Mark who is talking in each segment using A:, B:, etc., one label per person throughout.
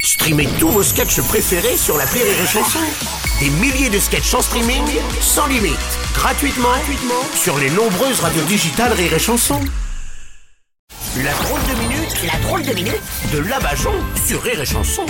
A: Streamez tous vos sketchs préférés sur la Rire et Chanson. Des milliers de sketchs en streaming, sans limite, gratuitement, gratuitement sur les nombreuses radios digitales Rire et Chanson. La drôle de minute, la drôle de minute de Labajon sur Rire et Chanson.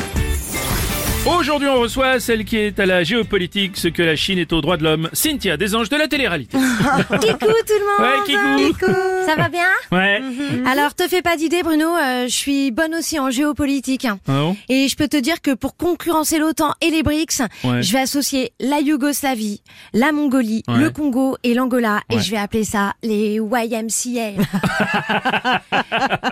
B: Aujourd'hui, on reçoit celle qui est à la géopolitique, ce que la Chine est aux droits de l'homme, Cynthia Desanges de la télé-réalité.
C: Kikou tout le
B: Ouais,
C: monde
B: Kikou.
C: Ça va bien
B: Ouais.
C: Mhm. Alors, te fais pas d'idée, Bruno, euh, je suis bonne aussi en géopolitique. hein.
B: Ah bon
C: Et je peux te dire que pour concurrencer l'OTAN et les BRICS,
B: Ouais.
C: je vais associer la Yougoslavie, la Mongolie, le
B: Ouais.
C: Congo et l'Angola, et
B: Ouais.
C: je vais appeler ça les YMCA.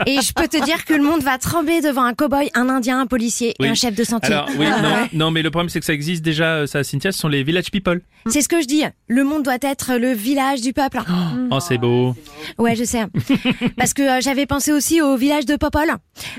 C: et je peux te dire que le monde va trembler devant un cow-boy, un Indien, un policier
B: Oui.
C: et un chef de sentier.
B: Alors, oui, non,
C: Ouais.
B: non, mais le problème, c'est que ça existe déjà, euh, ça, Cynthia, ce sont les village people.
C: C'est ce que je dis, le monde doit être le village du peuple.
B: Oh, c'est beau.
C: Ouais, je sais. Parce que euh, j'avais pensé aussi au village de Popol.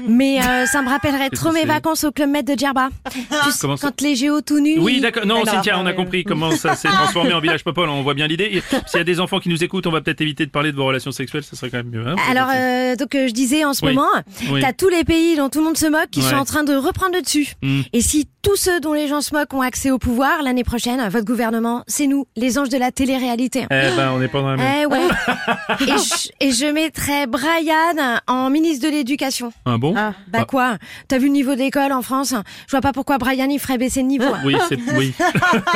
C: Mais euh, ça me rappellerait
B: Qu'est-ce
C: trop
B: que
C: mes
B: c'est
C: vacances au club maître de Djerba. Tu sais,
B: Comment ça-
C: Ah, quand les géos tout nus.
B: Oui,
C: ils-
B: d'accord. Non, Cynthia, on a compris comment ça s'est transformé en village people. On voit bien l'idée. Et S'il y a des enfants qui nous écoutent, on va peut-être éviter de parler de vos relations sexuelles. Ça serait quand même mieux. hein
C: Alors, euh, donc euh, je disais en ce
B: Oui.
C: moment,
B: Oui.
C: t'as tous les pays dont tout le monde se moque qui
B: Ouais.
C: sont en train de reprendre le dessus.
B: Mm.
C: Et si tous ceux dont les gens se moquent ont accès au pouvoir, l'année prochaine, votre gouvernement, c'est nous, les anges de la télé-réalité.
B: Eh ben, on est pas dans la même.
C: Eh ouais. et, je, et je mettrais Brian en ministre de l'éducation.
B: Ah bon
C: Bah quoi T'as vu le niveau de l'école en France Je vois pas pourquoi Brian il ferait baisser le niveau.
B: Oui, c'est. Oui.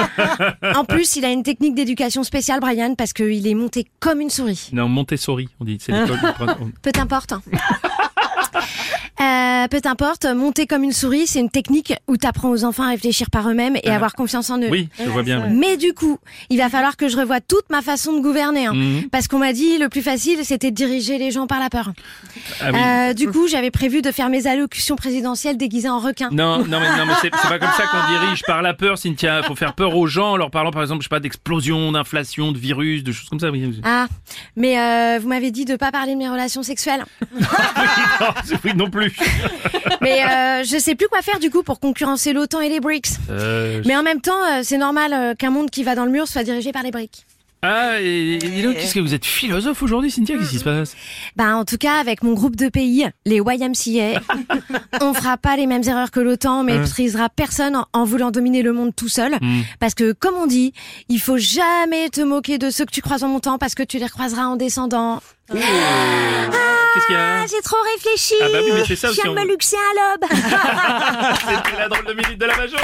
C: En plus, il a une technique d'éducation spéciale, Brian, parce qu'il est monté comme une souris.
B: Non, Montessori, on dit. C'est l'école du printemps.
C: Peu importe. Euh, peu importe, monter comme une souris, c'est une technique où t'apprends aux enfants à réfléchir par eux-mêmes et
B: Ah.
C: avoir confiance en eux.
B: Oui, je vois bien. oui.
C: Mais du coup, il va falloir que je revoie toute ma façon de gouverner. hein.
B: Mhm.
C: Parce qu'on m'a dit le plus facile, c'était de diriger les gens par la peur.
B: Ah oui.
C: Euh, du coup, j'avais prévu de faire mes allocutions présidentielles déguisées en requin.
B: Non, non, mais, non, mais c'est c'est pas comme ça qu'on dirige par la peur, Cynthia. Faut faire peur aux gens en leur parlant, par exemple, je sais pas, d'explosion, d'inflation, de virus, de choses comme ça. Oui, oui.
C: Ah, mais euh, vous m'avez dit de pas parler de mes relations sexuelles.
B: Oui, non plus.
C: Mais euh, je sais plus quoi faire du coup pour concurrencer l'OTAN et les BRICS.
B: Euh,
C: Mais en même temps, euh, c'est normal euh, qu'un monde qui va dans le mur soit dirigé par les briques.
B: Ah, et, et dis donc, qu'est-ce que vous êtes philosophe aujourd'hui, Cynthia Qu'est-ce qui se passe
C: Bah en tout cas, avec mon groupe de pays, les YMCA, on fera pas les mêmes erreurs que l'OTAN, mais
B: Mmh.
C: méprisera personne en, en voulant dominer le monde tout seul.
B: Hmm.
C: Parce que comme on dit, il faut jamais te moquer de ceux que tu croises en montant parce que tu les croiseras en descendant.
B: Qu'est-ce qu'il y a
C: Ah, j'ai trop réfléchi.
B: Ah bah oui, mais c'est ça
C: Je viens
B: aussi,
C: de
B: on-
C: me luxer un lobe.
B: C'était la drôle de minute de la major.